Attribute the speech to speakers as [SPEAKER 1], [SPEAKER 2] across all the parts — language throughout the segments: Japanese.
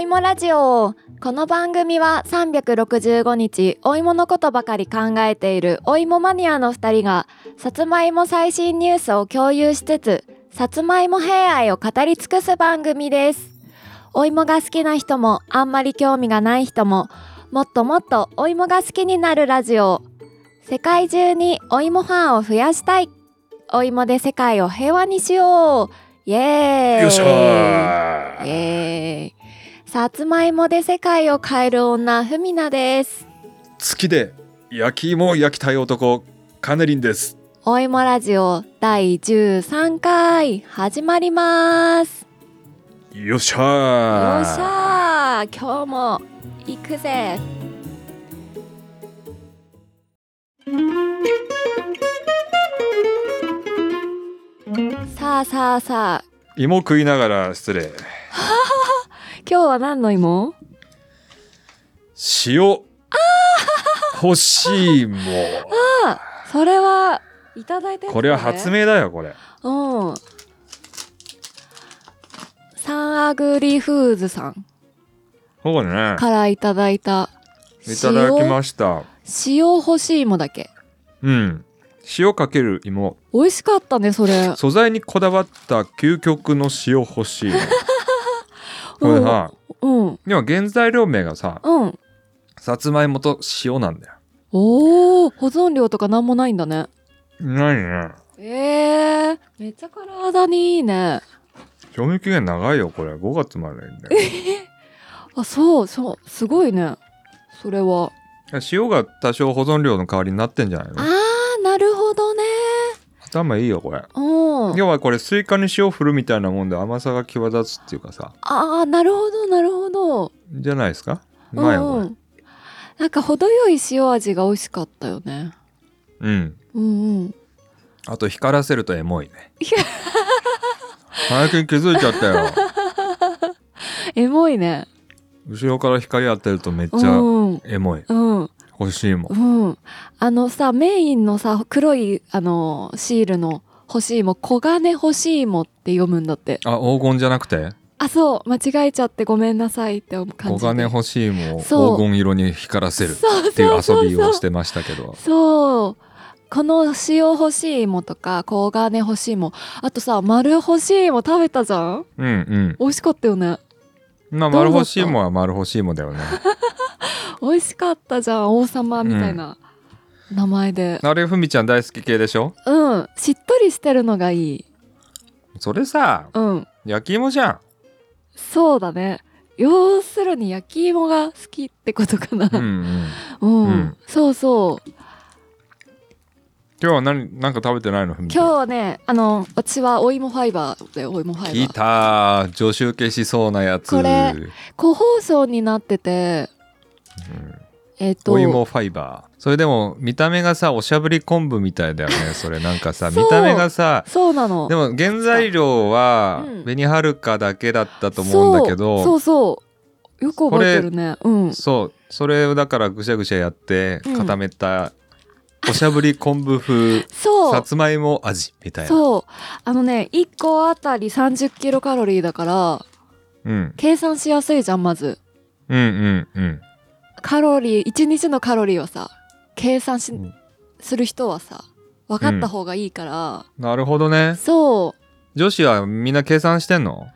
[SPEAKER 1] 芋ラジオこの番組は365日お芋のことばかり考えているお芋マニアの2人がさつまいも最新ニュースを共有しつつさつまいも平愛を語り尽くす番組ですお芋が好きな人もあんまり興味がない人ももっともっとお芋が好きになるラジオ世界中にお芋ファンを増やしたいお芋で世界を平和にしようイエーイ
[SPEAKER 2] よっしゃ
[SPEAKER 1] イ
[SPEAKER 2] ー
[SPEAKER 1] エーイさつまいもで世界を変える女ふみなです
[SPEAKER 2] 月で焼き芋を焼きたい男カネリンです
[SPEAKER 1] おいもラジオ第13回始まります
[SPEAKER 2] よっしゃ
[SPEAKER 1] よ
[SPEAKER 2] ー
[SPEAKER 1] っしゃー今日も行くぜさあさあさあ
[SPEAKER 2] 芋食いながら失礼
[SPEAKER 1] 今日は何の芋
[SPEAKER 2] 塩欲しいも
[SPEAKER 1] それはいただいたやつだね
[SPEAKER 2] これは発明だよこれ
[SPEAKER 1] うん。サンアグリフーズさん
[SPEAKER 2] そうね
[SPEAKER 1] からいただいた
[SPEAKER 2] いただきました
[SPEAKER 1] 塩塩干し芋だけ
[SPEAKER 2] うん塩かける芋
[SPEAKER 1] 美味しかったねそ れ
[SPEAKER 2] 素材にこだわった究極の塩欲 しい芋こ
[SPEAKER 1] う
[SPEAKER 2] れ
[SPEAKER 1] ん
[SPEAKER 2] さ
[SPEAKER 1] うん
[SPEAKER 2] でも原材料名がさ
[SPEAKER 1] うん
[SPEAKER 2] さつまいもと塩なんだよ
[SPEAKER 1] おー保存量とかなんもないんだね
[SPEAKER 2] ないね
[SPEAKER 1] えー、めっちゃ体にいいね
[SPEAKER 2] 賞味期限長いよこれ5月までに ね
[SPEAKER 1] あそうそうすごいねそれは
[SPEAKER 2] 塩が多少保存量の代わりになってんじゃない
[SPEAKER 1] あ
[SPEAKER 2] の
[SPEAKER 1] ーなるほどね
[SPEAKER 2] 頭いいよこれ
[SPEAKER 1] うん
[SPEAKER 2] 要はこれスイカに塩振るみたいなもんで甘さが際立つっていうかさ
[SPEAKER 1] あーなるほどなるほど
[SPEAKER 2] じゃないですかうまいよこ
[SPEAKER 1] う
[SPEAKER 2] れ
[SPEAKER 1] んうん、なんか程よい塩味が美味しかったよね
[SPEAKER 2] うん、
[SPEAKER 1] うんうん
[SPEAKER 2] あと光らせるとエモ いね最近気づいちゃったよ
[SPEAKER 1] エモいね
[SPEAKER 2] 後ろから光当てるとめっち
[SPEAKER 1] う
[SPEAKER 2] ゃ
[SPEAKER 1] ん
[SPEAKER 2] エモい
[SPEAKER 1] うん
[SPEAKER 2] 欲しいもん
[SPEAKER 1] うんあのさメインのさ黒いあのシールの欲しいも黄金欲しいもって読むんだって
[SPEAKER 2] あ黄金じゃなくて
[SPEAKER 1] あそう間違えちゃってごめんなさいって感じで
[SPEAKER 2] 黄金欲しいもんを
[SPEAKER 1] そう
[SPEAKER 2] 黄金色に光らせる
[SPEAKER 1] そう
[SPEAKER 2] っていう
[SPEAKER 1] そうそう
[SPEAKER 2] 遊び
[SPEAKER 1] そ
[SPEAKER 2] を
[SPEAKER 1] う
[SPEAKER 2] してましたけど
[SPEAKER 1] そうこの塩欲しいもとか黄金欲しいもあとさ丸欲しいも食べたじゃん
[SPEAKER 2] うんうん
[SPEAKER 1] 美味しかったよね
[SPEAKER 2] まあ
[SPEAKER 1] どうだ
[SPEAKER 2] 丸
[SPEAKER 1] った
[SPEAKER 2] 欲しいもんは丸欲しいもんだよね
[SPEAKER 1] 美味しかったじゃん王様みたいな名前で、
[SPEAKER 2] あれふみちゃん大好き系でしょ
[SPEAKER 1] うん、しっとりしてるのがいい
[SPEAKER 2] それさ
[SPEAKER 1] うん
[SPEAKER 2] 焼き芋じゃん
[SPEAKER 1] そうだね要するに焼き芋が好きってことかな
[SPEAKER 2] うんうん
[SPEAKER 1] うん、
[SPEAKER 2] うん
[SPEAKER 1] そうそう
[SPEAKER 2] 今日は何なんか食べてないのふみち
[SPEAKER 1] 今日
[SPEAKER 2] ゃん
[SPEAKER 1] はねあの私はお芋ファイバーでお芋ファ
[SPEAKER 2] 聞
[SPEAKER 1] イ
[SPEAKER 2] い
[SPEAKER 1] バー
[SPEAKER 2] たー助手受けしそうなやつ
[SPEAKER 1] これ個包装になってて
[SPEAKER 2] うん
[SPEAKER 1] えっ、と
[SPEAKER 2] お芋ファイバーそれでも見た目がさおしゃぶり昆布みたいだよねそれなんかさ
[SPEAKER 1] そう
[SPEAKER 2] 見た目がさ
[SPEAKER 1] そうなの
[SPEAKER 2] でも原材料は
[SPEAKER 1] うん
[SPEAKER 2] 紅はるかだけだったと思うんだけど
[SPEAKER 1] そうそうそうよく覚えてるねうん
[SPEAKER 2] そうそれをだからぐしゃぐしゃやって
[SPEAKER 1] うん
[SPEAKER 2] 固めた、おしゃぶり昆布風
[SPEAKER 1] そ
[SPEAKER 2] さ
[SPEAKER 1] う
[SPEAKER 2] つまいも味みたいな
[SPEAKER 1] そうあのね1個あたり30キロカロリーだから
[SPEAKER 2] うん、
[SPEAKER 1] 計算しやすいじゃんまず
[SPEAKER 2] うんうんうん
[SPEAKER 1] カロリー1日のカロリーはさ計算し、
[SPEAKER 2] うん
[SPEAKER 1] する人はさ分かった方がいいから、
[SPEAKER 2] なるほどね
[SPEAKER 1] そう
[SPEAKER 2] 女子はみんな計算してんの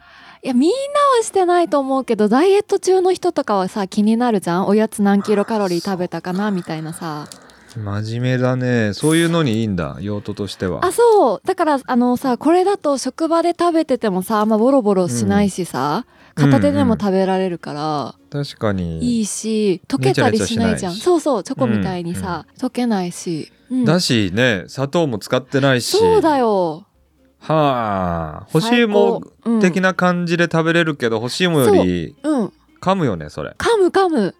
[SPEAKER 1] いやみんなはしてないと思うけどダイエット中の人とかはさ気になるじゃんおやつ何キロカロリー食べたかなみたいなさ
[SPEAKER 2] 真面目だねそういうのにいいんだ用途としては
[SPEAKER 1] あそうだからあのさこれだと職場で食べててもさあんまボロボロしないしさ、
[SPEAKER 2] うん
[SPEAKER 1] 片手でも食べられるから、
[SPEAKER 2] 確かに
[SPEAKER 1] いいし溶けたりしないじゃん
[SPEAKER 2] ネチャネチャしないし
[SPEAKER 1] そうそうチョコみたいにさ、溶けないし、うん
[SPEAKER 2] だしね砂糖も使ってないし
[SPEAKER 1] そうだよ
[SPEAKER 2] はあ干し芋的
[SPEAKER 1] な、
[SPEAKER 2] な感じで食べれるけど、干し芋より
[SPEAKER 1] うんうん、
[SPEAKER 2] 噛むよねそれ
[SPEAKER 1] 噛む噛む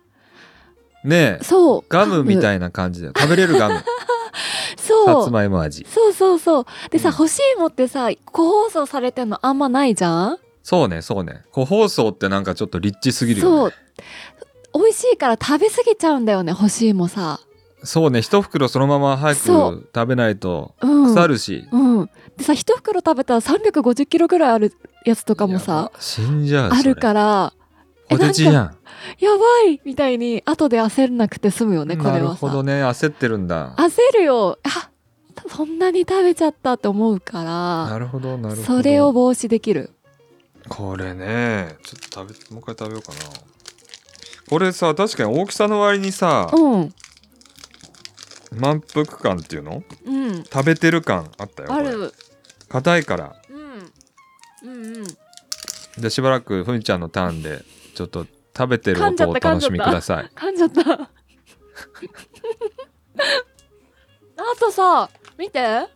[SPEAKER 2] ねえ
[SPEAKER 1] そう
[SPEAKER 2] ガムみ
[SPEAKER 1] い
[SPEAKER 2] たいな感じだよ食べれるガム
[SPEAKER 1] そ
[SPEAKER 2] さ
[SPEAKER 1] う
[SPEAKER 2] つまいも味
[SPEAKER 1] そうそうそうでさ、
[SPEAKER 2] うん
[SPEAKER 1] 欲しいもってさ個包装されてんのあんまないじゃん
[SPEAKER 2] そうねそうね個包装ってなんかちょっとリッチすぎるよね
[SPEAKER 1] そう美味しいから食べ過ぎちゃうんだよね欲しいもさ
[SPEAKER 2] そうね一袋そのまま早く
[SPEAKER 1] そう
[SPEAKER 2] 食べないと
[SPEAKER 1] うん
[SPEAKER 2] 腐るし、
[SPEAKER 1] うんでさ一袋食べたら3 5 0キロぐらいあるやつとかも
[SPEAKER 2] や
[SPEAKER 1] さ
[SPEAKER 2] ば死んじゃう
[SPEAKER 1] ある
[SPEAKER 2] ら
[SPEAKER 1] からえ
[SPEAKER 2] ポテチじゃん
[SPEAKER 1] やばいみたいに後で焦んなくて済むよねこれは
[SPEAKER 2] な
[SPEAKER 1] さ
[SPEAKER 2] るほどね焦ってるんだ
[SPEAKER 1] 焦るよあそんなに食べちゃったって思うから
[SPEAKER 2] なるほどなるほど
[SPEAKER 1] それを防止できる
[SPEAKER 2] これねちょっと食べもう一回食べようかなこれさ確かに大きさの割にさ
[SPEAKER 1] うん
[SPEAKER 2] 満腹感っていうの
[SPEAKER 1] うん
[SPEAKER 2] 食べてる感あったよこ
[SPEAKER 1] あ
[SPEAKER 2] れ
[SPEAKER 1] る
[SPEAKER 2] 硬いから
[SPEAKER 1] うんうんうん
[SPEAKER 2] でしばらくふみちゃんのターンでちょっと食べてる
[SPEAKER 1] 噛んじ
[SPEAKER 2] 音
[SPEAKER 1] ゃっ
[SPEAKER 2] をお
[SPEAKER 1] た噛ん
[SPEAKER 2] 楽
[SPEAKER 1] じゃった
[SPEAKER 2] しみくださ い
[SPEAKER 1] 噛んじゃったあとさ見て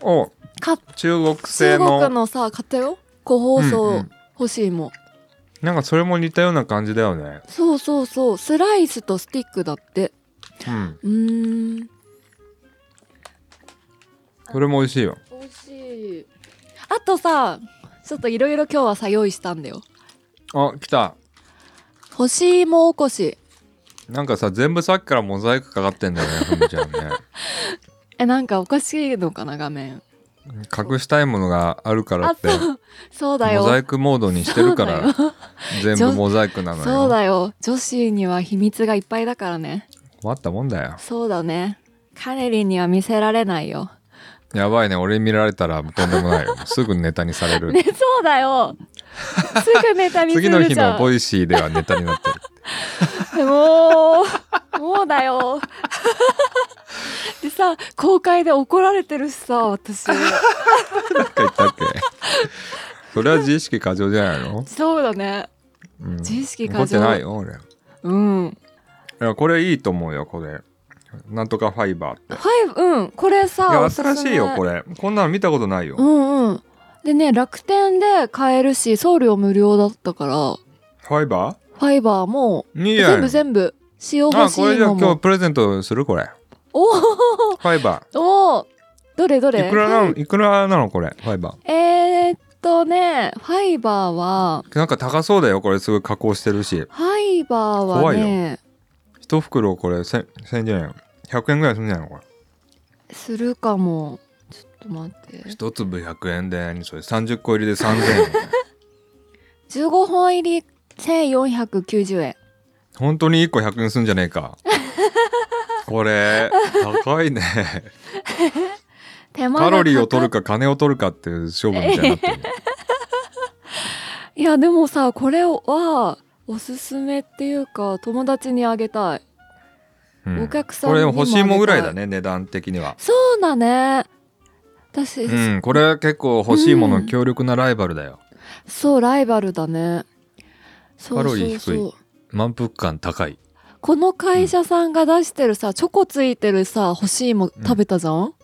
[SPEAKER 2] お
[SPEAKER 1] カップ
[SPEAKER 2] 中国製
[SPEAKER 1] 中
[SPEAKER 2] の
[SPEAKER 1] 国のさ買ったよ個包
[SPEAKER 2] うんう
[SPEAKER 1] 装
[SPEAKER 2] ん
[SPEAKER 1] 欲しいもん、
[SPEAKER 2] なんかそれも似たような感じだよね
[SPEAKER 1] そうそうそうスライスとスティックだって
[SPEAKER 2] うん
[SPEAKER 1] うーん
[SPEAKER 2] これも美味しいよ
[SPEAKER 1] 美味しいあとさちょっといろいろ今日はさ用意したんだよ
[SPEAKER 2] あ来た
[SPEAKER 1] 干し芋おこし
[SPEAKER 2] なんかさ全部さっきからモザイクかかってんだ よねふみちゃんね
[SPEAKER 1] えなんかおかしいのかな画面
[SPEAKER 2] 隠したいものがあるから
[SPEAKER 1] あ
[SPEAKER 2] って
[SPEAKER 1] そうそうだよ
[SPEAKER 2] モザイクモードにしてるから
[SPEAKER 1] そうだよ
[SPEAKER 2] 全部モザイクなのよ
[SPEAKER 1] そうだよ女子には秘密がいっぱいだからね
[SPEAKER 2] 困ったもんだよ
[SPEAKER 1] そうだねカネリンには見せられないよ
[SPEAKER 2] やばいね俺見られたらとんでもな いよすぐネタにされる、
[SPEAKER 1] ねそうだよすぐネタにする
[SPEAKER 2] 次
[SPEAKER 1] じゃん
[SPEAKER 2] の日のボイシーではネタになってる
[SPEAKER 1] もう、もうだよ。でさ、公開で怒られてるしさ、私。
[SPEAKER 2] なんか言った っけそれは自意識過剰じゃないの、
[SPEAKER 1] そうだね。
[SPEAKER 2] うん、
[SPEAKER 1] 自意識過剰
[SPEAKER 2] 怒ってないよ俺い
[SPEAKER 1] うん。
[SPEAKER 2] やこれいいと思うよこれなんとかファイバーって
[SPEAKER 1] はい、うん。これさ、
[SPEAKER 2] いや
[SPEAKER 1] おすすめ
[SPEAKER 2] 新しいよこれこんなの見たことないよ、
[SPEAKER 1] うんうん。でね、楽天で買えるし、送料無料だったから、
[SPEAKER 2] ファイバ
[SPEAKER 1] ファイバーも、
[SPEAKER 2] ーいいや
[SPEAKER 1] 全
[SPEAKER 2] ん
[SPEAKER 1] 部全部、使用欲
[SPEAKER 2] あ
[SPEAKER 1] し
[SPEAKER 2] これ
[SPEAKER 1] い
[SPEAKER 2] じゃあ
[SPEAKER 1] の
[SPEAKER 2] 今日
[SPEAKER 1] も。
[SPEAKER 2] プレゼントするこれ
[SPEAKER 1] おー
[SPEAKER 2] ファイバ
[SPEAKER 1] おーどれどれ
[SPEAKER 2] ーいくらなのいくらなのこれファイバ
[SPEAKER 1] えー、っとね、ファイバーは、
[SPEAKER 2] ーなんか高そうだよこれすごい加工してるし
[SPEAKER 1] ファイバーは
[SPEAKER 2] 怖い
[SPEAKER 1] ね、
[SPEAKER 2] 一袋これ1000 1000じゃないよ100円ぐらいするんじゃないのこれ
[SPEAKER 1] するかもちょっと待って
[SPEAKER 2] 一粒100円で何それ30個入りで3000円
[SPEAKER 1] 15本入り1490円
[SPEAKER 2] 本当に1個100円すんじゃねえかこれ高いね
[SPEAKER 1] 手間が
[SPEAKER 2] カ
[SPEAKER 1] かか
[SPEAKER 2] ロリーを取るか金を取るかっていう勝負みたいになってる ね
[SPEAKER 1] いやでもさこれはおすすめっていうか友達にあげたい
[SPEAKER 2] うん
[SPEAKER 1] お客さん
[SPEAKER 2] こ
[SPEAKER 1] に
[SPEAKER 2] れで
[SPEAKER 1] も
[SPEAKER 2] も欲しい
[SPEAKER 1] あげた
[SPEAKER 2] も
[SPEAKER 1] い
[SPEAKER 2] ぐらいだね値段的には
[SPEAKER 1] そうだね私、
[SPEAKER 2] うんこれは結構欲しいものの強力なライバルだよ、
[SPEAKER 1] そうライバルだねそう
[SPEAKER 2] カ
[SPEAKER 1] そう
[SPEAKER 2] ロリー
[SPEAKER 1] そ
[SPEAKER 2] 低いう満腹感高い
[SPEAKER 1] この会社さんが出してるさチョコついてるさ欲しいも食べたじゃん、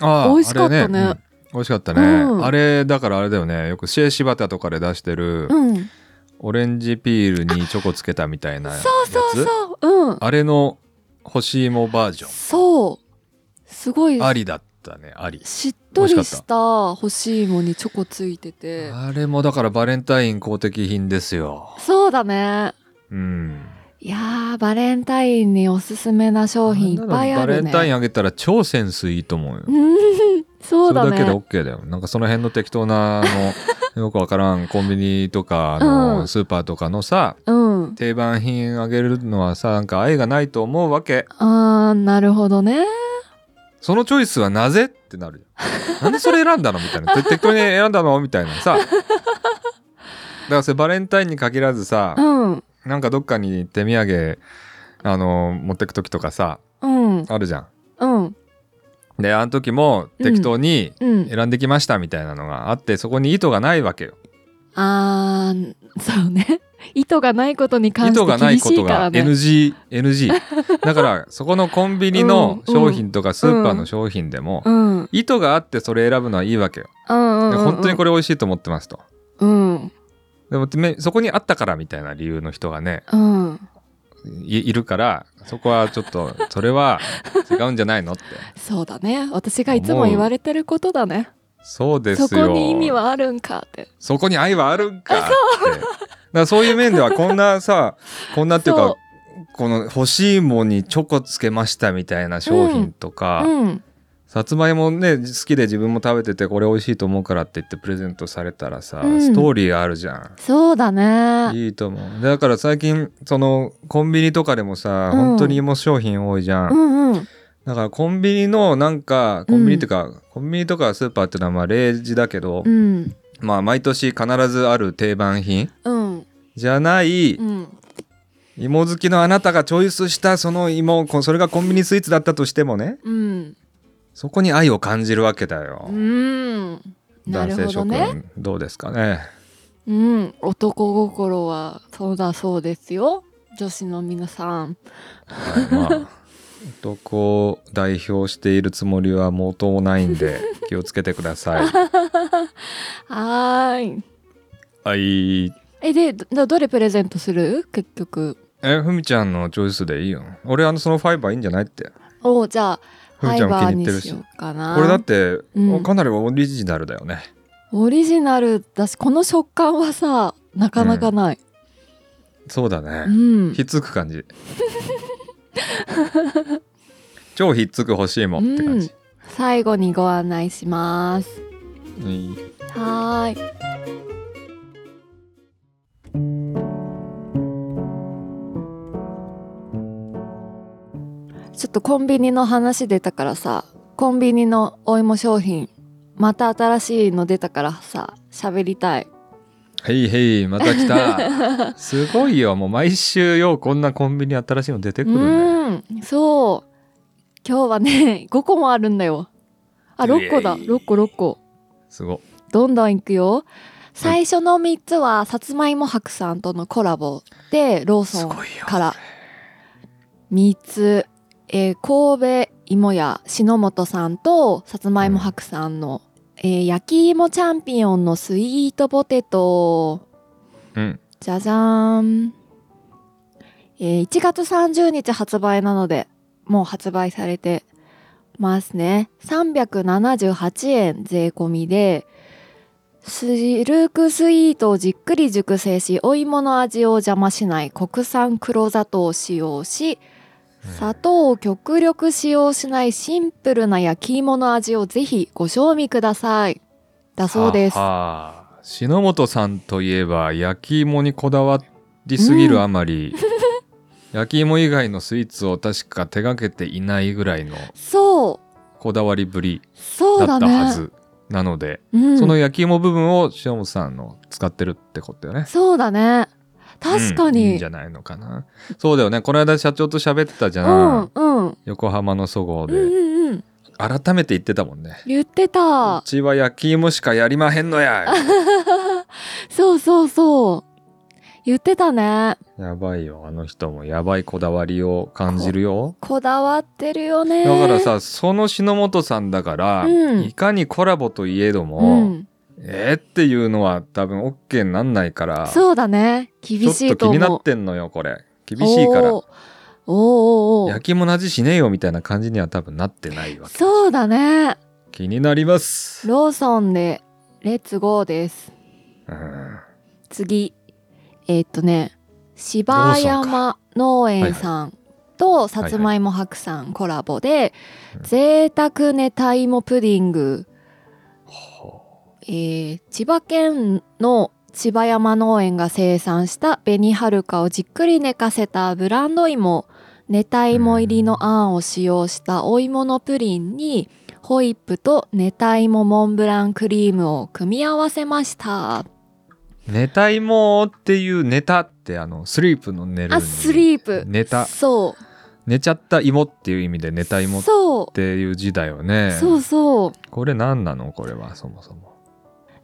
[SPEAKER 2] あー
[SPEAKER 1] 美味しかったね
[SPEAKER 2] あれうん美味しかったね、
[SPEAKER 1] うん
[SPEAKER 2] あれだからあれだよねよくシェイシバタとかで出してる、
[SPEAKER 1] うん
[SPEAKER 2] オレンジピールにチョコつけたみたいなやつ
[SPEAKER 1] そうそうそううん
[SPEAKER 2] あれの干し芋バージョ
[SPEAKER 1] そうすごい
[SPEAKER 2] ンありだったねあり
[SPEAKER 1] しっとりした干し芋にチョコついてて
[SPEAKER 2] あれもだからバレンタイン公的品ですよ
[SPEAKER 1] そうだね
[SPEAKER 2] うん
[SPEAKER 1] いやーバレンタインにおすすめな商品いっぱいある
[SPEAKER 2] バレン
[SPEAKER 1] ね
[SPEAKER 2] タインあげたら超センスいいと思うよ
[SPEAKER 1] うん そうだ
[SPEAKER 2] れだけで
[SPEAKER 1] ね
[SPEAKER 2] OK だよなんかその辺の適当なあ のよくわからんコンビニとかあの、
[SPEAKER 1] うん
[SPEAKER 2] スーパーとかのさ
[SPEAKER 1] うん
[SPEAKER 2] 定番品あげるのはさなんか愛がないと思うわけ
[SPEAKER 1] あーなるほどね
[SPEAKER 2] そのチョイスはなぜってなるじゃん。なんでそれ選んだのみたいな。て適当に選んだのみたいなさ。だからそれバレンタインに限らずさ
[SPEAKER 1] う、ん
[SPEAKER 2] なんかどっかに手土産、あの、持ってく時とかさ、
[SPEAKER 1] うん
[SPEAKER 2] あるじゃ
[SPEAKER 1] うん
[SPEAKER 2] ん。で、あの時も適当に
[SPEAKER 1] うん
[SPEAKER 2] 選んできましたみたいなのがあって、そこに意図がないわけよ。
[SPEAKER 1] あーそうね 意図がないことに
[SPEAKER 2] 意
[SPEAKER 1] 関
[SPEAKER 2] 図
[SPEAKER 1] して
[SPEAKER 2] がない
[SPEAKER 1] 厳
[SPEAKER 2] こ
[SPEAKER 1] しい
[SPEAKER 2] と
[SPEAKER 1] から
[SPEAKER 2] が
[SPEAKER 1] ね
[SPEAKER 2] NG、NG。だから、そこのコンビニの
[SPEAKER 1] うんう
[SPEAKER 2] 商
[SPEAKER 1] ん
[SPEAKER 2] 品とかスーパーの商品でも
[SPEAKER 1] う、んうん
[SPEAKER 2] 意図があってそれ選ぶのはいいわけよ。
[SPEAKER 1] うん
[SPEAKER 2] で
[SPEAKER 1] うん
[SPEAKER 2] 本当にこれ美味しいと思ってますと。
[SPEAKER 1] うん
[SPEAKER 2] でもめそこにあったからみたいな理由の人がね
[SPEAKER 1] うん
[SPEAKER 2] いいるからそこはちょっと それは違うんじゃないのって
[SPEAKER 1] そうだね私がいつも言われてることだね
[SPEAKER 2] そうですよ
[SPEAKER 1] そこに意味はあるんかって
[SPEAKER 2] そこに愛はあるんかってだからそういう面ではこんなさこんなっていう
[SPEAKER 1] そ
[SPEAKER 2] か
[SPEAKER 1] う
[SPEAKER 2] この欲しいもんにチョコつけましたみたいな商品とか、
[SPEAKER 1] うん
[SPEAKER 2] さつまいもね好きで自分も食べててこれ美味しいと思うからって言ってプレゼントされたらさ、
[SPEAKER 1] うん
[SPEAKER 2] ストーリーあるじゃ
[SPEAKER 1] そうだ
[SPEAKER 2] ん
[SPEAKER 1] ね
[SPEAKER 2] いいと思うだから最近そのコンビニとかでもさ、
[SPEAKER 1] うん
[SPEAKER 2] 本当に芋商品多いじゃん、
[SPEAKER 1] うんうん
[SPEAKER 2] だからコンビニのなんかコンビニっていうか、コンビニとかスーパーっていうのはまあ例示だけど、
[SPEAKER 1] うん
[SPEAKER 2] まあ毎年必ずある定番品
[SPEAKER 1] うん
[SPEAKER 2] じゃない
[SPEAKER 1] うん
[SPEAKER 2] 芋好きのあなたがチョイスしたその芋こそれがコンビニスイーツだったとしてもね
[SPEAKER 1] うん
[SPEAKER 2] そこに愛を感じるわけだよ、
[SPEAKER 1] うんな
[SPEAKER 2] 男
[SPEAKER 1] る
[SPEAKER 2] 性
[SPEAKER 1] ほ
[SPEAKER 2] 諸
[SPEAKER 1] ど
[SPEAKER 2] 君
[SPEAKER 1] ね
[SPEAKER 2] どうですかね
[SPEAKER 1] うん男心はそうだそうですよ女子の皆さん
[SPEAKER 2] はいまあ男を代表しているつもりは毛頭ないんで気をつけてください。
[SPEAKER 1] はーい
[SPEAKER 2] はい。
[SPEAKER 1] えでどどれプレゼントする結局
[SPEAKER 2] え、ふみちゃんのチョイスでいいよ。俺あのそのファイバーいいんじゃないって。
[SPEAKER 1] おじゃあフ
[SPEAKER 2] ふみ
[SPEAKER 1] ァイ
[SPEAKER 2] ちゃんも気
[SPEAKER 1] バー
[SPEAKER 2] に入っ
[SPEAKER 1] に
[SPEAKER 2] てる
[SPEAKER 1] し
[SPEAKER 2] し
[SPEAKER 1] よ。うかな
[SPEAKER 2] これだって、
[SPEAKER 1] うん
[SPEAKER 2] かなりオリジナルだよね。
[SPEAKER 1] オリジナルだしこの食感はさなかなかない、
[SPEAKER 2] そうだ
[SPEAKER 1] う
[SPEAKER 2] ね。
[SPEAKER 1] ん
[SPEAKER 2] ひっつく感じ。 超ひっつく欲しいもんって感じ。
[SPEAKER 1] 最後にご案内します
[SPEAKER 2] うん
[SPEAKER 1] はーいちょっとコンビニの話出たからさコンビニのお芋商品また新しいの出たからさ喋りたい
[SPEAKER 2] へいへいまた 来たすごいよもう毎週ようこんなコンビニ新しいの出てくるね
[SPEAKER 1] うんそう今日はね 5個もあるんだよあ6個だ
[SPEAKER 2] イエイ
[SPEAKER 1] 6個6個
[SPEAKER 2] すご
[SPEAKER 1] どんどんいくよ最初の3つはさつまいも白さんとのコラボでロー
[SPEAKER 2] す
[SPEAKER 1] ソン
[SPEAKER 2] ごいよ
[SPEAKER 1] から3つ、えー神戸芋屋篠本さんとさつまいも白さんの、えー焼き芋チャンピオンのスイートポテト
[SPEAKER 2] うん
[SPEAKER 1] じゃじゃーん、えー1月30日発売なのでもう発売されてますね378円税込みでシルクスイートをじっくり熟成しお芋の味を邪魔しない国産黒砂糖を使用し砂糖を極力使用しないシンプルな焼き芋の味をぜひご賞味くださいだそうです
[SPEAKER 2] はあ篠本さんといえば焼き芋にこだわりすぎるあ まり、焼き芋以外のスイーツを確か手がけていないぐらいの
[SPEAKER 1] そう
[SPEAKER 2] こだわりぶり
[SPEAKER 1] そう
[SPEAKER 2] だ
[SPEAKER 1] だ
[SPEAKER 2] っ
[SPEAKER 1] ね
[SPEAKER 2] たはずなので
[SPEAKER 1] うん
[SPEAKER 2] その焼き芋部分を篠本さんの使ってるってことよね
[SPEAKER 1] そうだね確か
[SPEAKER 2] うんいい
[SPEAKER 1] に、
[SPEAKER 2] んじゃないのかなそうだよねこの間社長と喋ってたじゃ
[SPEAKER 1] うん
[SPEAKER 2] ん、
[SPEAKER 1] うんうん
[SPEAKER 2] 横浜のそごう
[SPEAKER 1] う
[SPEAKER 2] で
[SPEAKER 1] んうん
[SPEAKER 2] 改めて言ってたもんね
[SPEAKER 1] 言って
[SPEAKER 2] う
[SPEAKER 1] た
[SPEAKER 2] ちは焼き芋しかやりまへんのや
[SPEAKER 1] そうそうそう言ってたね
[SPEAKER 2] やばいよあの人もやばいこだわりを感じるよ
[SPEAKER 1] こだわってるよね
[SPEAKER 2] だからさその篠本さんだから、
[SPEAKER 1] うん
[SPEAKER 2] いかにコラボといえど
[SPEAKER 1] う
[SPEAKER 2] も、
[SPEAKER 1] ん
[SPEAKER 2] えーっていうのは多分 OK になんないからちょ
[SPEAKER 1] そうだね厳
[SPEAKER 2] っ
[SPEAKER 1] しい
[SPEAKER 2] と
[SPEAKER 1] と思
[SPEAKER 2] 気
[SPEAKER 1] う
[SPEAKER 2] になってんのよこれ厳しいから
[SPEAKER 1] おーおーおー
[SPEAKER 2] 焼き芋の味しねえよみたいな感じには多分なってないわけ
[SPEAKER 1] そうだね
[SPEAKER 2] 気になります
[SPEAKER 1] ローソンでレッツゴーです
[SPEAKER 2] うん
[SPEAKER 1] 次えーっとね芝山農園さんとさつまいも白さんコラボで
[SPEAKER 2] うん
[SPEAKER 1] 贅沢ねたいもプディング
[SPEAKER 2] ほ
[SPEAKER 1] えー千葉県の千葉山農園が生産した紅はるかをじっくり寝かせたブランド芋寝た芋入りのあんを使用したお芋のプリンにホイップと寝た芋モンブランクリームを組み合わせました
[SPEAKER 2] う寝たいもーっていう寝たってあのスリープの寝る
[SPEAKER 1] あ
[SPEAKER 2] に
[SPEAKER 1] スリープ
[SPEAKER 2] 寝た
[SPEAKER 1] そ
[SPEAKER 2] 寝ちゃった芋っていう意味で寝た
[SPEAKER 1] う
[SPEAKER 2] 芋っ
[SPEAKER 1] そ
[SPEAKER 2] ていう字だよ
[SPEAKER 1] う
[SPEAKER 2] ね
[SPEAKER 1] そうそう
[SPEAKER 2] これ何なのこれはそもそも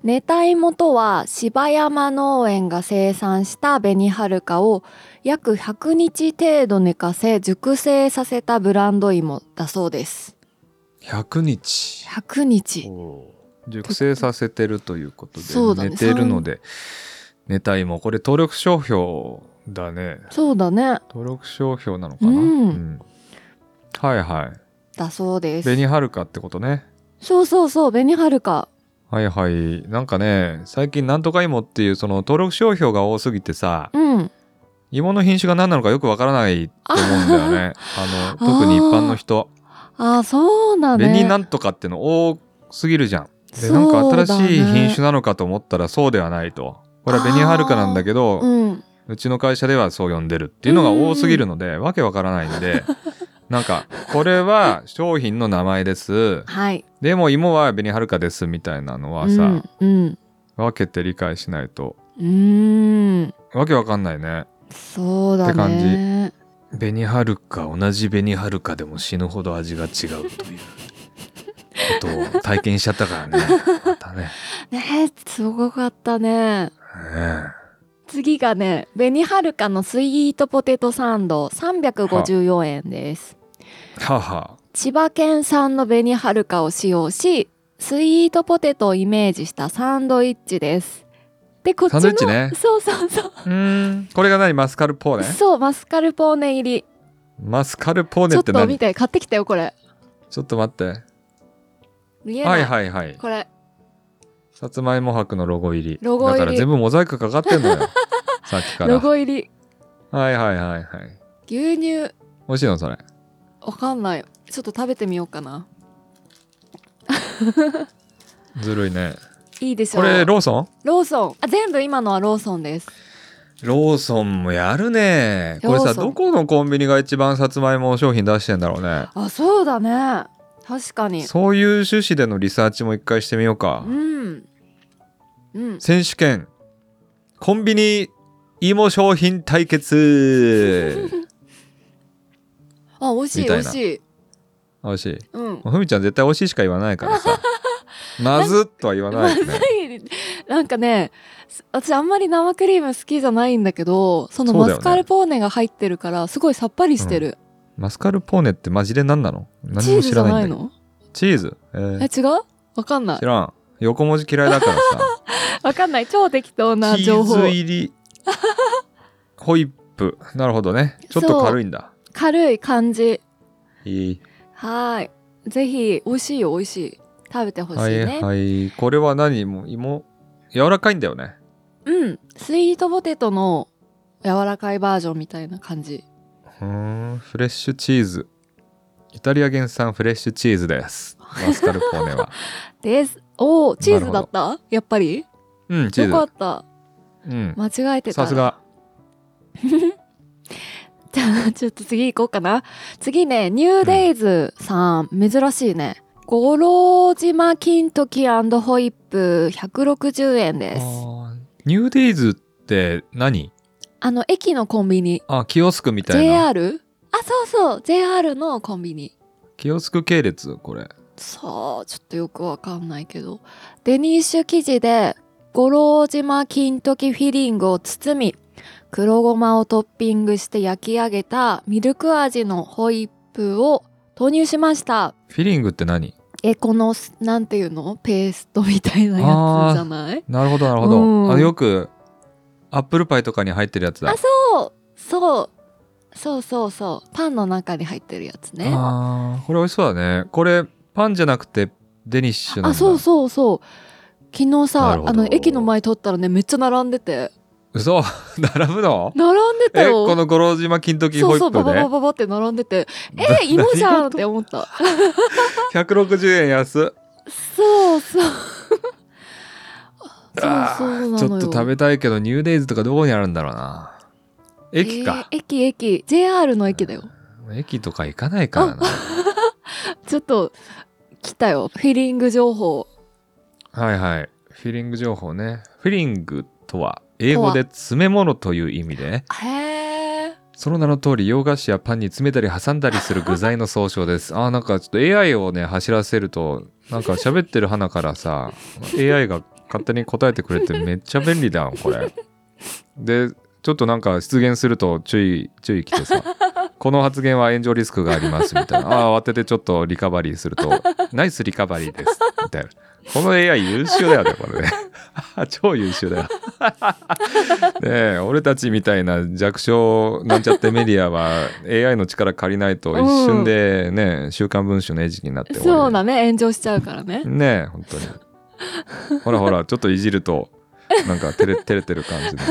[SPEAKER 1] 寝た芋とは芝山農園が生産した紅はるかを約100日程度寝かせ熟成させたブランド芋だそうです
[SPEAKER 2] 100日
[SPEAKER 1] 100日
[SPEAKER 2] 熟成させてるということ
[SPEAKER 1] そうだ
[SPEAKER 2] で
[SPEAKER 1] ね
[SPEAKER 2] 寝てるので寝たい芋これ登録商標だね
[SPEAKER 1] そうだね
[SPEAKER 2] 登録商標なのかな、
[SPEAKER 1] うん
[SPEAKER 2] んはいはい
[SPEAKER 1] だそうです
[SPEAKER 2] 紅はるかってことね
[SPEAKER 1] そうそうそう紅はるか
[SPEAKER 2] はいはいなんかね最近なんとか芋っていうその登録商標が多すぎてさ
[SPEAKER 1] うん
[SPEAKER 2] 芋の品種が何なのかよくわからないと思うんだよねあの特に一般の人
[SPEAKER 1] あそうだね
[SPEAKER 2] 紅なんとかっての多すぎるじゃん。でなん
[SPEAKER 1] そう
[SPEAKER 2] か
[SPEAKER 1] だね
[SPEAKER 2] 新しい品種なのかと思ったらそうではないと。これは紅はるかなんだけど、
[SPEAKER 1] うん
[SPEAKER 2] うちの会社ではそう呼んでるっていうのが多すぎるので、わけわからないんで なんかこれは商品の名前です
[SPEAKER 1] はい
[SPEAKER 2] でも芋は紅はるかですみたいなのはさ、
[SPEAKER 1] うん
[SPEAKER 2] 分けて理解しないと
[SPEAKER 1] うんうーん
[SPEAKER 2] わけわかんないね
[SPEAKER 1] そうだね
[SPEAKER 2] って感紅はるか同じ紅はるかでも死ぬほど味が 違うということを体験しちゃったからねまたね
[SPEAKER 1] ねすごかったね
[SPEAKER 2] ね
[SPEAKER 1] 次がね紅はるかのスイートポテトサンド354円です
[SPEAKER 2] えはあは
[SPEAKER 1] 千葉県産の紅はるかを使用しスイートポテトをイメージしたサンドイッチですでこっちの
[SPEAKER 2] サンドイッチね
[SPEAKER 1] そうそうそう、
[SPEAKER 2] あうーんこれが何マスカルポーネ
[SPEAKER 1] そうマスカルポーネ入り
[SPEAKER 2] マスカルポー
[SPEAKER 1] ち
[SPEAKER 2] ネ
[SPEAKER 1] ょ
[SPEAKER 2] っ
[SPEAKER 1] ってと
[SPEAKER 2] 何
[SPEAKER 1] 見て買ってきたよこれ
[SPEAKER 2] ちょっと待って
[SPEAKER 1] 見えない、
[SPEAKER 2] はいはいはい
[SPEAKER 1] これ
[SPEAKER 2] さつまいも博のロゴ入り
[SPEAKER 1] ロゴ入り
[SPEAKER 2] だから全部モザイクかかってんの よさっきから
[SPEAKER 1] ロ
[SPEAKER 2] はい
[SPEAKER 1] ゴ入り
[SPEAKER 2] はいはいはい
[SPEAKER 1] 牛乳
[SPEAKER 2] 美味しいのそれ
[SPEAKER 1] わかんないちょっと食べてみようかな
[SPEAKER 2] ずるいね
[SPEAKER 1] いいでしょ
[SPEAKER 2] こ
[SPEAKER 1] う
[SPEAKER 2] れローソン
[SPEAKER 1] ローソンあ全部今のはローソンです
[SPEAKER 2] ローソンもやるねこれ
[SPEAKER 1] ロー
[SPEAKER 2] さ
[SPEAKER 1] ソン
[SPEAKER 2] どこのコンビニが一番さつまいも商品出してんだろうね
[SPEAKER 1] あそうだね確かに
[SPEAKER 2] そういう趣旨でのリサーチも一回してみようか
[SPEAKER 1] うんうん
[SPEAKER 2] 選手権コンビニ芋商品 対決
[SPEAKER 1] あ美味しい
[SPEAKER 2] み
[SPEAKER 1] 美
[SPEAKER 2] たいな
[SPEAKER 1] 味しい
[SPEAKER 2] 美味しい
[SPEAKER 1] うん
[SPEAKER 2] ふみちゃん絶対美味しいしか言わないからさまずっとは言わ
[SPEAKER 1] ま
[SPEAKER 2] な
[SPEAKER 1] ず
[SPEAKER 2] いね
[SPEAKER 1] いなんかねす私あんまり生クリーム好きじゃないんだけどその
[SPEAKER 2] そう
[SPEAKER 1] マ
[SPEAKER 2] だよ
[SPEAKER 1] ス
[SPEAKER 2] ね
[SPEAKER 1] カルポーネが入ってるからすごいさっぱりしてる、
[SPEAKER 2] マスカルポーネってマジで何なの
[SPEAKER 1] チ
[SPEAKER 2] 何
[SPEAKER 1] ー
[SPEAKER 2] も
[SPEAKER 1] ズ
[SPEAKER 2] 知
[SPEAKER 1] じゃ
[SPEAKER 2] らな
[SPEAKER 1] ないい
[SPEAKER 2] んだけど
[SPEAKER 1] の
[SPEAKER 2] チーズえ
[SPEAKER 1] え
[SPEAKER 2] ー
[SPEAKER 1] 違うわかんな
[SPEAKER 2] 知らん横文字嫌いだか ら
[SPEAKER 1] いわかんない超適当な
[SPEAKER 2] さチ
[SPEAKER 1] 情
[SPEAKER 2] ー
[SPEAKER 1] 報
[SPEAKER 2] ズ入りホイップなるほどねちょっと軽いんだ
[SPEAKER 1] 軽い感じ
[SPEAKER 2] いい
[SPEAKER 1] はーいぜひ美味しいよ美味しい食べてほしい
[SPEAKER 2] はい
[SPEAKER 1] ね、
[SPEAKER 2] はいこれは何もう芋柔らかいんだよね
[SPEAKER 1] うんスイートポテトの柔らかいバージョンみたいな感じ
[SPEAKER 2] うーんフレッシュチーズイタリア原産フレッシュチーズですマスカルポー ネは
[SPEAKER 1] ですおーチーズだったやっぱり
[SPEAKER 2] うんチ
[SPEAKER 1] よか
[SPEAKER 2] ーズ
[SPEAKER 1] った
[SPEAKER 2] うん
[SPEAKER 1] 間違えてた
[SPEAKER 2] さすが
[SPEAKER 1] じゃあ ちょっと次行こうかな次ねニューデイズさん、珍しいね五郎島金時ホイップ160円
[SPEAKER 2] あ
[SPEAKER 1] ですあ
[SPEAKER 2] ーニューデイズって何
[SPEAKER 1] の駅のコンビニ
[SPEAKER 2] あキオスクみたいな
[SPEAKER 1] JR? あそうそう JR のコンビニ
[SPEAKER 2] キオスク系列これ
[SPEAKER 1] さあちょっとよくわかんないけどデニッシュ生地で五郎島金時フィリングを包み黒ごまをトッピングして焼き上げたミルク味のホイップを投入しました
[SPEAKER 2] フィリングって何
[SPEAKER 1] えこのすなんていうのペーストみたいなやつじゃない
[SPEAKER 2] なるほどなるほ
[SPEAKER 1] うん
[SPEAKER 2] ど。あよくアップルパイとかに入ってるやつだ。
[SPEAKER 1] あそうそうそうそうそうパンの中に入ってるやつねあ
[SPEAKER 2] あーこれ美味しそうだね。これパンじゃなくてデニッシュなんだ。
[SPEAKER 1] そうそうそう昨日
[SPEAKER 2] な
[SPEAKER 1] さ
[SPEAKER 2] るほど
[SPEAKER 1] あの駅の前通ったらねめっちゃ並んでて
[SPEAKER 2] 嘘 並ぶの？
[SPEAKER 1] 並んでた
[SPEAKER 2] え
[SPEAKER 1] よ
[SPEAKER 2] この五郎島金時
[SPEAKER 1] そ
[SPEAKER 2] ホ
[SPEAKER 1] う
[SPEAKER 2] イ
[SPEAKER 1] そう
[SPEAKER 2] ッ
[SPEAKER 1] バ
[SPEAKER 2] プ
[SPEAKER 1] ババ
[SPEAKER 2] で
[SPEAKER 1] ババって並んで てえ芋じゃんって思った
[SPEAKER 2] 百六十円安。
[SPEAKER 1] そうそうそうそう
[SPEAKER 2] あ
[SPEAKER 1] なのよ
[SPEAKER 2] ーちょっと食べたいけどニューデイズとかどこにあるんだろうな。駅か、
[SPEAKER 1] えー駅駅 JR の駅だよ
[SPEAKER 2] 駅とか行かないからな。
[SPEAKER 1] ちょっと来たよフィリング情報
[SPEAKER 2] はいはい。フィリング情報ね。フィリングとは英語で詰め物という意味で。
[SPEAKER 1] へえ
[SPEAKER 2] その名の通り洋菓子やパンに詰めたり挟んだりする具材の総称です。あーなんかちょっと AI をね走らせるとなんか喋ってる花からさ AI が勝手に答えてくれてめっちゃ便利だこれ。でちょっとなんか出現すると注意注意来てさこの発言は炎上リスクがありますみたいなあー慌ててちょっとリカバリーするとナイスリカバリーですみたいなこの AI 優秀だよねこれね超優秀だよねえ俺たちみたいな弱小なんちゃってメディアは AI の力借りないと一瞬でね、週刊文春の餌食になって終わり
[SPEAKER 1] そうだね炎上しちゃうからね
[SPEAKER 2] ねえ本当にほらほらちょっといじるとなんか照れ照れてる感 じで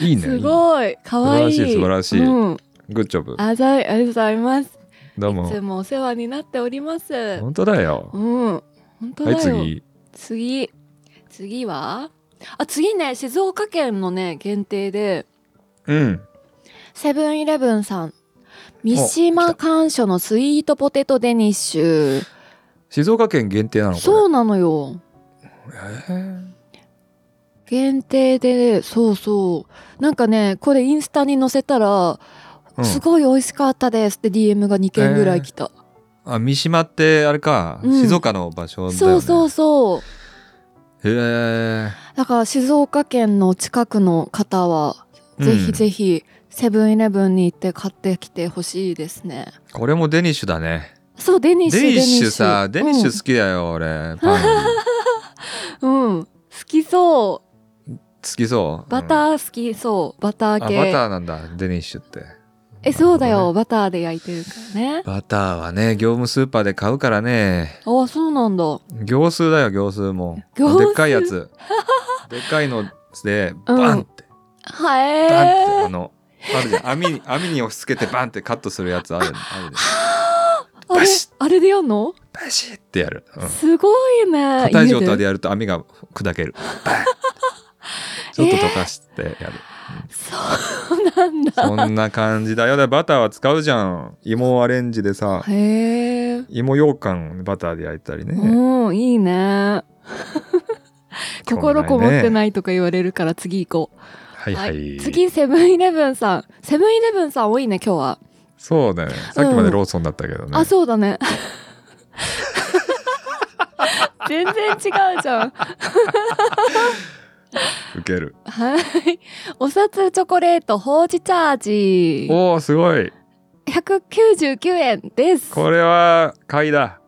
[SPEAKER 2] いいねいい
[SPEAKER 1] す
[SPEAKER 2] ね
[SPEAKER 1] ごい可愛い
[SPEAKER 2] 素晴らしい素晴らしい
[SPEAKER 1] うん、
[SPEAKER 2] グッジョブ
[SPEAKER 1] あざありがとうございます
[SPEAKER 2] どう
[SPEAKER 1] いつ
[SPEAKER 2] も。
[SPEAKER 1] もお世話になっておりますうん
[SPEAKER 2] 本当だよ。
[SPEAKER 1] 本当だ
[SPEAKER 2] は
[SPEAKER 1] よ、
[SPEAKER 2] い、次。
[SPEAKER 1] 次次はあ次ね静岡県のね限定で
[SPEAKER 2] うん。
[SPEAKER 1] セブンイレブンさん三島甘書のスイートポテトデニッシュ
[SPEAKER 2] 静岡県限定なの。
[SPEAKER 1] そううなのよ
[SPEAKER 2] えー
[SPEAKER 1] 限定でそうそうなんかねこれインスタに載せたら、
[SPEAKER 2] うん
[SPEAKER 1] すごい美味しかったですって DM が2件ぐらい来た、
[SPEAKER 2] あ三島ってあれか、
[SPEAKER 1] うん
[SPEAKER 2] 静岡の場所だよね
[SPEAKER 1] そうそう
[SPEAKER 2] う
[SPEAKER 1] そう
[SPEAKER 2] へえ
[SPEAKER 1] だから静岡県の近くの方は、ぜひぜひセブンイレブンに行って買ってきてほしいですね
[SPEAKER 2] これもデニッシュだね
[SPEAKER 1] そうデニッシュ
[SPEAKER 2] デニッシュさデニッシュ好きだよ、俺パン
[SPEAKER 1] うん、うん好きそ
[SPEAKER 2] 好きそう
[SPEAKER 1] うバ
[SPEAKER 2] ー、
[SPEAKER 1] ター好きそう、バター
[SPEAKER 2] うん
[SPEAKER 1] 系
[SPEAKER 2] あバターなんだデニッシュって
[SPEAKER 1] えそうだ
[SPEAKER 2] なる
[SPEAKER 1] よ
[SPEAKER 2] ほ
[SPEAKER 1] バターで焼いてるからね
[SPEAKER 2] バターはね業務スーパーで買うからね
[SPEAKER 1] あそうなんだ
[SPEAKER 2] 業数だよ業数も
[SPEAKER 1] 業数
[SPEAKER 2] でっかいや つでっかいのでバンって、
[SPEAKER 1] は
[SPEAKER 2] バンって、
[SPEAKER 1] え
[SPEAKER 2] あのあるじゃん網に網に押し付けてバンってカットするやつあるあるで
[SPEAKER 1] ー、あれ
[SPEAKER 2] バシッ
[SPEAKER 1] あれでやんの
[SPEAKER 2] バシッってやる、うん
[SPEAKER 1] すごいね
[SPEAKER 2] 硬い状態
[SPEAKER 1] 家
[SPEAKER 2] でやると網が砕ける。バンちょっと溶かしてやる。
[SPEAKER 1] そうなんだ
[SPEAKER 2] そんな感じだよ。だからバターは使うじゃん。芋アレンジでさ、
[SPEAKER 1] へえ、
[SPEAKER 2] 芋羊羹をバターで焼いたりね。
[SPEAKER 1] うんいいね
[SPEAKER 2] 興味ないね
[SPEAKER 1] 心こもってないとか言われるから次行こう、
[SPEAKER 2] はいはい。
[SPEAKER 1] 次セブンイレブンさんセブンイレブンさん多いね今日は、
[SPEAKER 2] そうだね。さっきまでローソンだったけどね。
[SPEAKER 1] あそうだね全然違うじゃん
[SPEAKER 2] ウケる。
[SPEAKER 1] はいお札チョコレートほうじ茶味
[SPEAKER 2] おお、すごい。
[SPEAKER 1] 199円です
[SPEAKER 2] これは買いだ。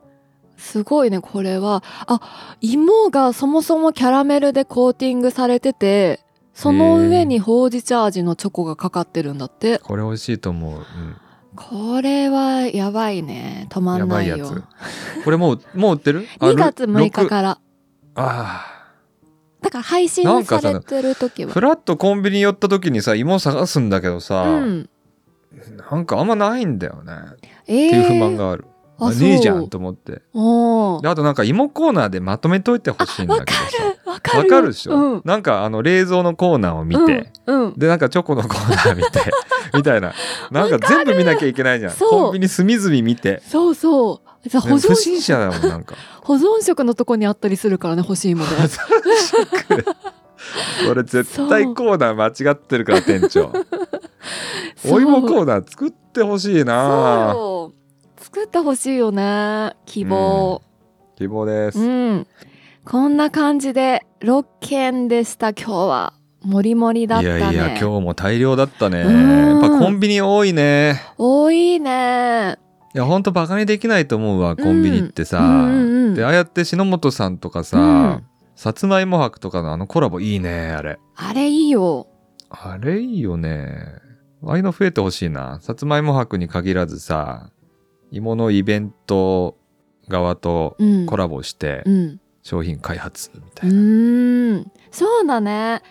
[SPEAKER 1] すごいねこれはあ芋がそもそもキャラメルでコーティングされててその上にほうじ茶味のチョコがかかってるんだって
[SPEAKER 2] これ美味しいと思う。うん
[SPEAKER 1] これはやばいね止ま
[SPEAKER 2] や
[SPEAKER 1] んな
[SPEAKER 2] ばい
[SPEAKER 1] い
[SPEAKER 2] や
[SPEAKER 1] よ
[SPEAKER 2] つ。これもう、もう売っ てるあ
[SPEAKER 1] 2月6日
[SPEAKER 2] ろく
[SPEAKER 1] から
[SPEAKER 2] あ
[SPEAKER 1] だから配信
[SPEAKER 2] なん
[SPEAKER 1] さ
[SPEAKER 2] かさ
[SPEAKER 1] れてる時
[SPEAKER 2] あ。
[SPEAKER 1] は
[SPEAKER 2] ふらっとコンビニ寄った時にさ、芋探すんだけどさ、
[SPEAKER 1] うん
[SPEAKER 2] なんかあんまないんだよね。
[SPEAKER 1] えー、
[SPEAKER 2] っていう不満がある。
[SPEAKER 1] あ
[SPEAKER 2] あ
[SPEAKER 1] そう
[SPEAKER 2] ねえじゃんと思って。
[SPEAKER 1] おー
[SPEAKER 2] であとなんか芋コーナーでまとめといてほしいんだけどさ。
[SPEAKER 1] わかる
[SPEAKER 2] わかるでしょ、
[SPEAKER 1] うん
[SPEAKER 2] なんかあの冷蔵のコーナーを見て、
[SPEAKER 1] うんうん
[SPEAKER 2] でなんかチョコのコーナー見て みたいななんか全部見なきゃいけないじゃん
[SPEAKER 1] そう
[SPEAKER 2] コンビニ隅々見て、
[SPEAKER 1] そうそうさ
[SPEAKER 2] ね
[SPEAKER 1] 保
[SPEAKER 2] 不
[SPEAKER 1] 存
[SPEAKER 2] 審者だもんなんか
[SPEAKER 1] 保存食のとこにあったりするからね欲しいもの
[SPEAKER 2] これ絶対コーナー間違ってるから店 長 お芋コーナー作ってほしいな
[SPEAKER 1] そうよ作ってほしいよね希望
[SPEAKER 2] 希望です、
[SPEAKER 1] うん、こんな感じで6件でした今日はもりもりだっ
[SPEAKER 2] い
[SPEAKER 1] たね
[SPEAKER 2] やいや今日も大量だったね
[SPEAKER 1] うん
[SPEAKER 2] やっぱコンビニ多いね
[SPEAKER 1] 多いね
[SPEAKER 2] いやほんとバカにできないと思うわコンビニってさ、
[SPEAKER 1] うんうんうん
[SPEAKER 2] でああやって篠本さんとかさ、
[SPEAKER 1] うん
[SPEAKER 2] さつまいも博とかのあのコラボいいねあれ
[SPEAKER 1] あれいいよ
[SPEAKER 2] あれいいよねああいうの増えてほしいなさつまいも博に限らずさ芋のイベント側と
[SPEAKER 1] うん
[SPEAKER 2] コラボして
[SPEAKER 1] うん
[SPEAKER 2] 商品開発みた
[SPEAKER 1] う
[SPEAKER 2] いな、
[SPEAKER 1] ーんそうだね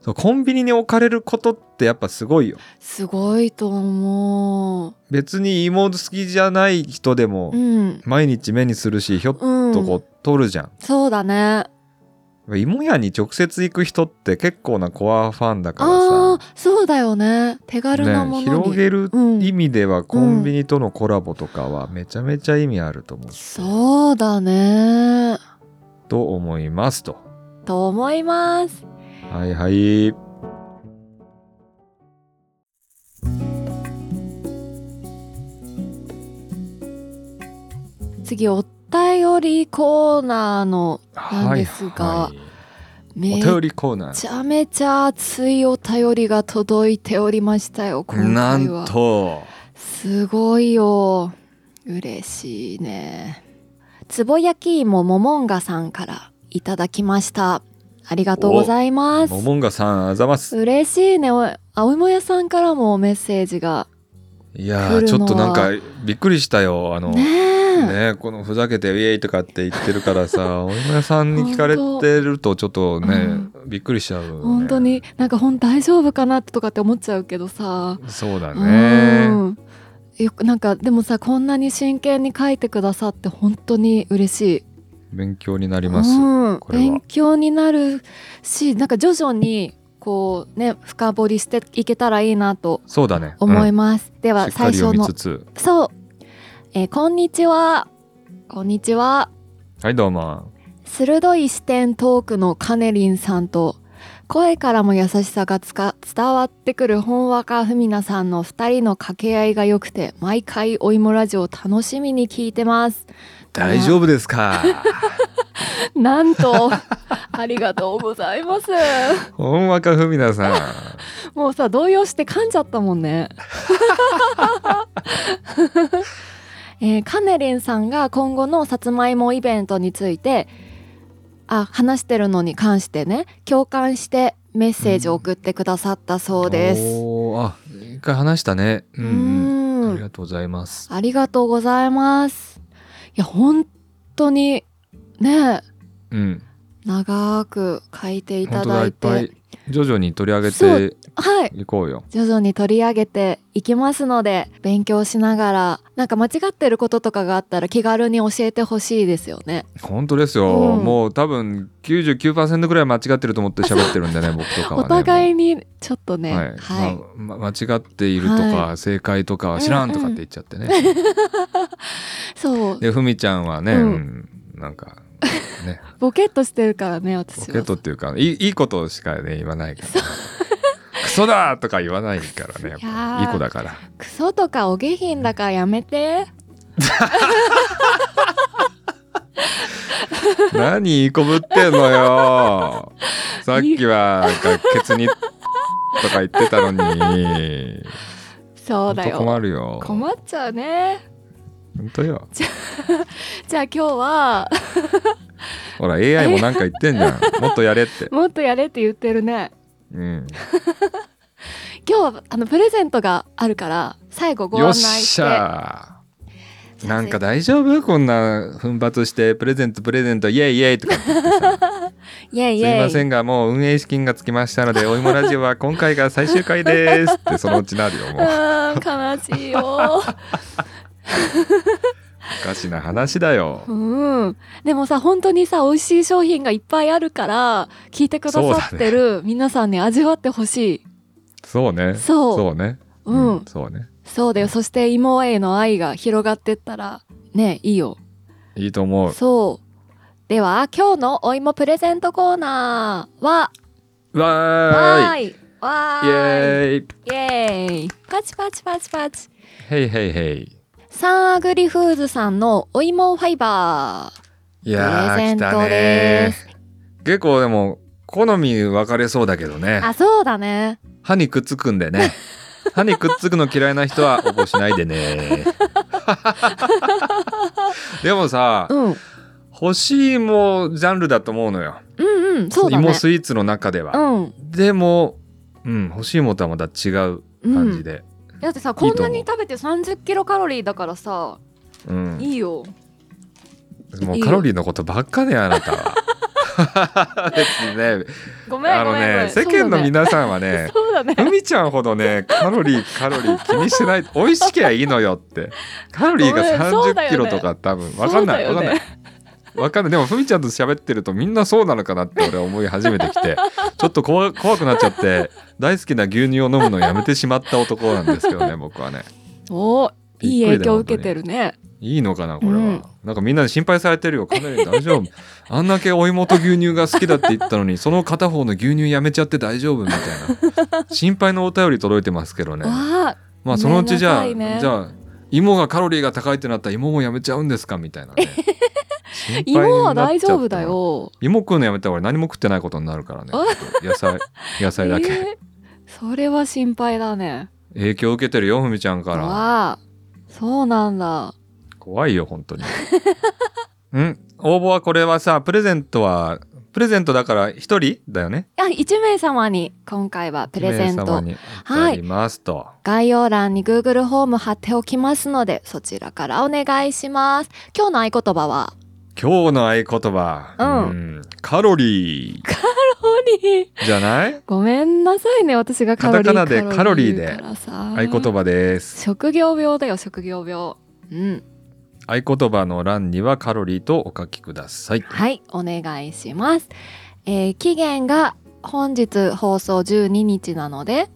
[SPEAKER 2] そうコンビニに置かれることってやっぱすごいよ
[SPEAKER 1] すごいと思う
[SPEAKER 2] 別に芋好きじゃない人でも
[SPEAKER 1] うん
[SPEAKER 2] 毎日目にするしひょっ
[SPEAKER 1] うん
[SPEAKER 2] とこう取るじゃん
[SPEAKER 1] そうだね
[SPEAKER 2] 芋屋に直接行く人って結構なコアファンだから
[SPEAKER 1] ああ
[SPEAKER 2] さ
[SPEAKER 1] ーそうだよね手軽なものに、
[SPEAKER 2] ね、広げる
[SPEAKER 1] うん
[SPEAKER 2] 意味ではコンビニとのコラボとかはめちゃめちゃ意味あると思う、
[SPEAKER 1] そうだね
[SPEAKER 2] と思いますと。
[SPEAKER 1] と思います
[SPEAKER 2] はいはい。
[SPEAKER 1] 次お便りコーナーのなん
[SPEAKER 2] はい
[SPEAKER 1] ですが
[SPEAKER 2] はい、
[SPEAKER 1] め
[SPEAKER 2] お便りコーナー。
[SPEAKER 1] ちゃめちゃ熱いお便りが届いておりましたよ今
[SPEAKER 2] な
[SPEAKER 1] 回
[SPEAKER 2] ん
[SPEAKER 1] は
[SPEAKER 2] と
[SPEAKER 1] すごいよ嬉しいねつぼ焼き芋ももんがさんからいただきましたありがとうございます
[SPEAKER 2] モモンガさんあざます。
[SPEAKER 1] 嬉しいねお青いもやさんからもメッセージが
[SPEAKER 2] いや
[SPEAKER 1] 来
[SPEAKER 2] ー
[SPEAKER 1] る
[SPEAKER 2] ち
[SPEAKER 1] のは
[SPEAKER 2] ょっとなんかびっくりしたよあの。
[SPEAKER 1] ねえ
[SPEAKER 2] ねこのふざけて「ウェイ!」とかって言ってるか らさお芋屋さんに聞かれてるとちょっとね、びっくりしちゃうよね、
[SPEAKER 1] 本当になんか本大丈夫かなとかって思っちゃうけどさ
[SPEAKER 2] そうだ
[SPEAKER 1] う
[SPEAKER 2] ね
[SPEAKER 1] んよくなんかでもさこんなに真剣に書いてくださって本当に嬉しい
[SPEAKER 2] 勉強になります。
[SPEAKER 1] うん
[SPEAKER 2] これは
[SPEAKER 1] 勉強になるしなんか徐々にこうね深掘りしていけたらいいなと
[SPEAKER 2] そうだね。
[SPEAKER 1] 思い
[SPEAKER 2] ま
[SPEAKER 1] ます、では
[SPEAKER 2] しっか
[SPEAKER 1] 最初
[SPEAKER 2] り読み
[SPEAKER 1] の
[SPEAKER 2] つつ。
[SPEAKER 1] そう、えーこんにちはこんにちは
[SPEAKER 2] はい、どうも。
[SPEAKER 1] 鋭い視点トークのカネリンさんと声からも優しさがつか伝わってくる本若ふみなさんの2人の掛け合いが良くて毎回お芋ラジオ楽しみに聞いてます
[SPEAKER 2] 大丈夫です か
[SPEAKER 1] なん とありがとうございます
[SPEAKER 2] 本若文奈さん。
[SPEAKER 1] もうさ動揺して噛んじゃったもんね。 えーカネリンさんが今後のさつまいもイベントについてあ話してるのに関してね共感してメッセージを送ってくださったそうです。
[SPEAKER 2] おーあ、一回話したね。
[SPEAKER 1] う
[SPEAKER 2] う、
[SPEAKER 1] ん
[SPEAKER 2] うん。あ
[SPEAKER 1] ん
[SPEAKER 2] りがとうございます。
[SPEAKER 1] ありがとうございます。いや本当にね
[SPEAKER 2] うん。
[SPEAKER 1] 長く書いてい
[SPEAKER 2] 本
[SPEAKER 1] た
[SPEAKER 2] 当だ、
[SPEAKER 1] だ
[SPEAKER 2] いっ
[SPEAKER 1] い
[SPEAKER 2] ぱ
[SPEAKER 1] て
[SPEAKER 2] い徐々に取り上
[SPEAKER 1] そ
[SPEAKER 2] げて
[SPEAKER 1] はい
[SPEAKER 2] いこうよ。
[SPEAKER 1] 徐々に取り上げていきますので勉強しながらなんか間違ってることとかがあったら気軽に教えてほしいですよね
[SPEAKER 2] 本当ですよ。
[SPEAKER 1] うん
[SPEAKER 2] もう多分99%ぐらい間違ってると思って喋ってるん でね、僕とかはね。
[SPEAKER 1] お互
[SPEAKER 2] い
[SPEAKER 1] いにちょっとね
[SPEAKER 2] は
[SPEAKER 1] はいい、、
[SPEAKER 2] まま間違っているとか、
[SPEAKER 1] は
[SPEAKER 2] 正解とかは知らんとかって言っちゃってね。
[SPEAKER 1] そう
[SPEAKER 2] で、ふみちゃんはね、
[SPEAKER 1] う
[SPEAKER 2] うんな んか、ね、
[SPEAKER 1] ボケっとしてるからね私
[SPEAKER 2] ポ
[SPEAKER 1] は
[SPEAKER 2] ケットっていうか、いいいいことしかね、言わないから、ね。クソだとか言わないからね、やっ
[SPEAKER 1] いや
[SPEAKER 2] ぱ
[SPEAKER 1] ー
[SPEAKER 2] いい子だから。
[SPEAKER 1] クソとかお下品だからやめて
[SPEAKER 2] 何いいこぶってん のよ。さっきは、なんか、ケツに、とか言ってたのに。
[SPEAKER 1] そうだ
[SPEAKER 2] 本当
[SPEAKER 1] よ
[SPEAKER 2] 困るよ。
[SPEAKER 1] 困っちゃうね
[SPEAKER 2] 本当よ。
[SPEAKER 1] じゃあ今日は
[SPEAKER 2] ほら、AI もなんか言ってんじゃん。もっとやれって。
[SPEAKER 1] もっとやれって言ってるね
[SPEAKER 2] うん。
[SPEAKER 1] 今日はあのプレゼントがあるから最後ご案
[SPEAKER 2] よっ
[SPEAKER 1] 内し
[SPEAKER 2] してゃーなんか大丈夫こんな奮発してプレゼントプレゼントイエイイエ イとか言ってさ
[SPEAKER 1] イエイ
[SPEAKER 2] すい
[SPEAKER 1] イエイ
[SPEAKER 2] ませんがもう運営資金がつきましたの でお芋ラジオは今回が最終回ですってそのうちなるよ
[SPEAKER 1] う
[SPEAKER 2] もう
[SPEAKER 1] ーん悲しいよ
[SPEAKER 2] おかしな話だよ
[SPEAKER 1] うん、でもさ本当にさ美味しい商品がいっぱいあるから聞いてくださってる皆さんに味わってほし
[SPEAKER 2] そうね
[SPEAKER 1] いそう
[SPEAKER 2] そうね
[SPEAKER 1] う、ん
[SPEAKER 2] そうね
[SPEAKER 1] そうだよそして芋への愛が広がってったらねいいよ
[SPEAKER 2] いいと思う
[SPEAKER 1] そうでは今日のお芋プレゼントコーナーはわ
[SPEAKER 2] わーい
[SPEAKER 1] ーいわ
[SPEAKER 2] イ
[SPEAKER 1] ーい
[SPEAKER 2] エーイ
[SPEAKER 1] イエーイパチパチパチパチ
[SPEAKER 2] ヘイヘイヘイ
[SPEAKER 1] サンアグリフーズさんのお芋ファイバー
[SPEAKER 2] いや
[SPEAKER 1] プレゼ
[SPEAKER 2] ー
[SPEAKER 1] ン
[SPEAKER 2] 来
[SPEAKER 1] ト
[SPEAKER 2] た
[SPEAKER 1] で
[SPEAKER 2] ねー結構でも好み分かれそうだけどね
[SPEAKER 1] あそうだね
[SPEAKER 2] 歯にくっつくんでね歯にくっつくの嫌いな人は応募しないで ねでもさ、
[SPEAKER 1] うんうん
[SPEAKER 2] 欲しいもジャンルだと思うのよ、
[SPEAKER 1] うんそうだね
[SPEAKER 2] 芋スイーツの中では、
[SPEAKER 1] うん
[SPEAKER 2] でもうん欲しいもとはまた違う感じで、
[SPEAKER 1] だってさ
[SPEAKER 2] と思
[SPEAKER 1] こ
[SPEAKER 2] うん
[SPEAKER 1] なに食べて30キロカロリーだからさ
[SPEAKER 2] うん
[SPEAKER 1] いいよ
[SPEAKER 2] もうカロリーのことばっかねあな たはですね
[SPEAKER 1] ごめん
[SPEAKER 2] あ
[SPEAKER 1] ご
[SPEAKER 2] の
[SPEAKER 1] めんごめ
[SPEAKER 2] ね
[SPEAKER 1] ん
[SPEAKER 2] 世間の皆さんはね
[SPEAKER 1] そうだね
[SPEAKER 2] ふみちゃんほどねカロリーカロリー気にしてない美味しきゃいいのよってカロリー
[SPEAKER 1] ご
[SPEAKER 2] が
[SPEAKER 1] めんそうだ
[SPEAKER 2] 30
[SPEAKER 1] よ
[SPEAKER 2] キ
[SPEAKER 1] ね
[SPEAKER 2] ロとか、多分わかんない
[SPEAKER 1] そう
[SPEAKER 2] わ
[SPEAKER 1] だ
[SPEAKER 2] かん
[SPEAKER 1] よ
[SPEAKER 2] ない
[SPEAKER 1] ね
[SPEAKER 2] わかんないでもふみちゃんと喋ってるとみんなそうなのかなって俺思い始めてきてちょっと怖怖くなっちゃって大好きな牛乳を飲むのをやめてしまった男なんですけどね僕はね
[SPEAKER 1] おーいい
[SPEAKER 2] びっくり
[SPEAKER 1] 影
[SPEAKER 2] だよ
[SPEAKER 1] 響を受けてるね
[SPEAKER 2] いいのかなこれは、
[SPEAKER 1] うん
[SPEAKER 2] なんかみんなに心配されてるよかなり大丈夫あんだけお芋と牛乳が好きだって言ったのにその片方の牛乳やめちゃって大丈夫みたいな心配のお便り届いてますけどね
[SPEAKER 1] わあ
[SPEAKER 2] まあそのうちじゃあ、
[SPEAKER 1] ごめんなさいね
[SPEAKER 2] じゃあ芋がカロリーが高いってなったら芋もやめちゃうんですかみたいな、ね、心配になっちゃって
[SPEAKER 1] 芋は大丈夫だよ
[SPEAKER 2] 芋食うのやめたら俺何も食ってないことになるからね
[SPEAKER 1] あ
[SPEAKER 2] 野菜野菜だけ、
[SPEAKER 1] えーそれは心配だね
[SPEAKER 2] 影響受けてるよふみちゃんから
[SPEAKER 1] わあそうなんだ
[SPEAKER 2] 怖いよ本当に うん応募はこれはさプレゼントはプレゼントだから一人だよね
[SPEAKER 1] あ1名様に今回はプレゼン
[SPEAKER 2] 一名様
[SPEAKER 1] ト
[SPEAKER 2] にありますと、
[SPEAKER 1] 概要欄に Google ホーム貼っておきますのでそちらからお願いします今日の合言葉は
[SPEAKER 2] 今日の合言葉、
[SPEAKER 1] うん
[SPEAKER 2] んカロリー
[SPEAKER 1] カロに
[SPEAKER 2] じゃない
[SPEAKER 1] ごめんなさいね私がカロリー
[SPEAKER 2] カタカナでカロリーで
[SPEAKER 1] カロ言うからさ
[SPEAKER 2] 合言葉です
[SPEAKER 1] 職業病だよ職業病うん
[SPEAKER 2] 合言葉の欄にはカロリーとお書きください
[SPEAKER 1] はいお願いします、えー期限が本日放送12日なので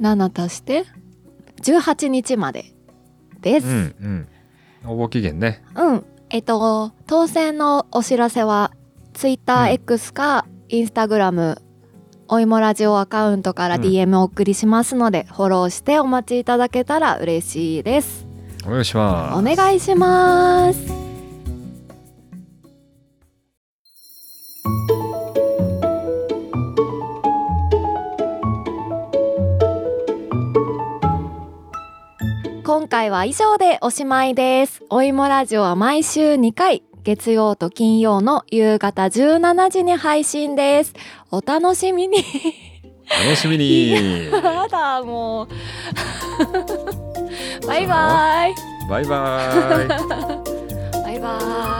[SPEAKER 1] 7足して18日までです、
[SPEAKER 2] うんうん応募期限ね
[SPEAKER 1] うん。えっと、当選のお知らせは、
[SPEAKER 2] うん
[SPEAKER 1] TwitterX か Instagram、おいもラジオアカウントから
[SPEAKER 2] うん
[SPEAKER 1] DM をお送りしますので、フォローしてお待ちいただけたら嬉しいです。
[SPEAKER 2] お願いします
[SPEAKER 1] お願いします。今回は以上でおしまいです。おいもラジオは毎週2回、月曜と金曜の夕方17時に配信です。お楽しみに。
[SPEAKER 2] 楽し みに
[SPEAKER 1] やだ、も う。バイバイ。
[SPEAKER 2] バイバイ
[SPEAKER 1] バイバイ。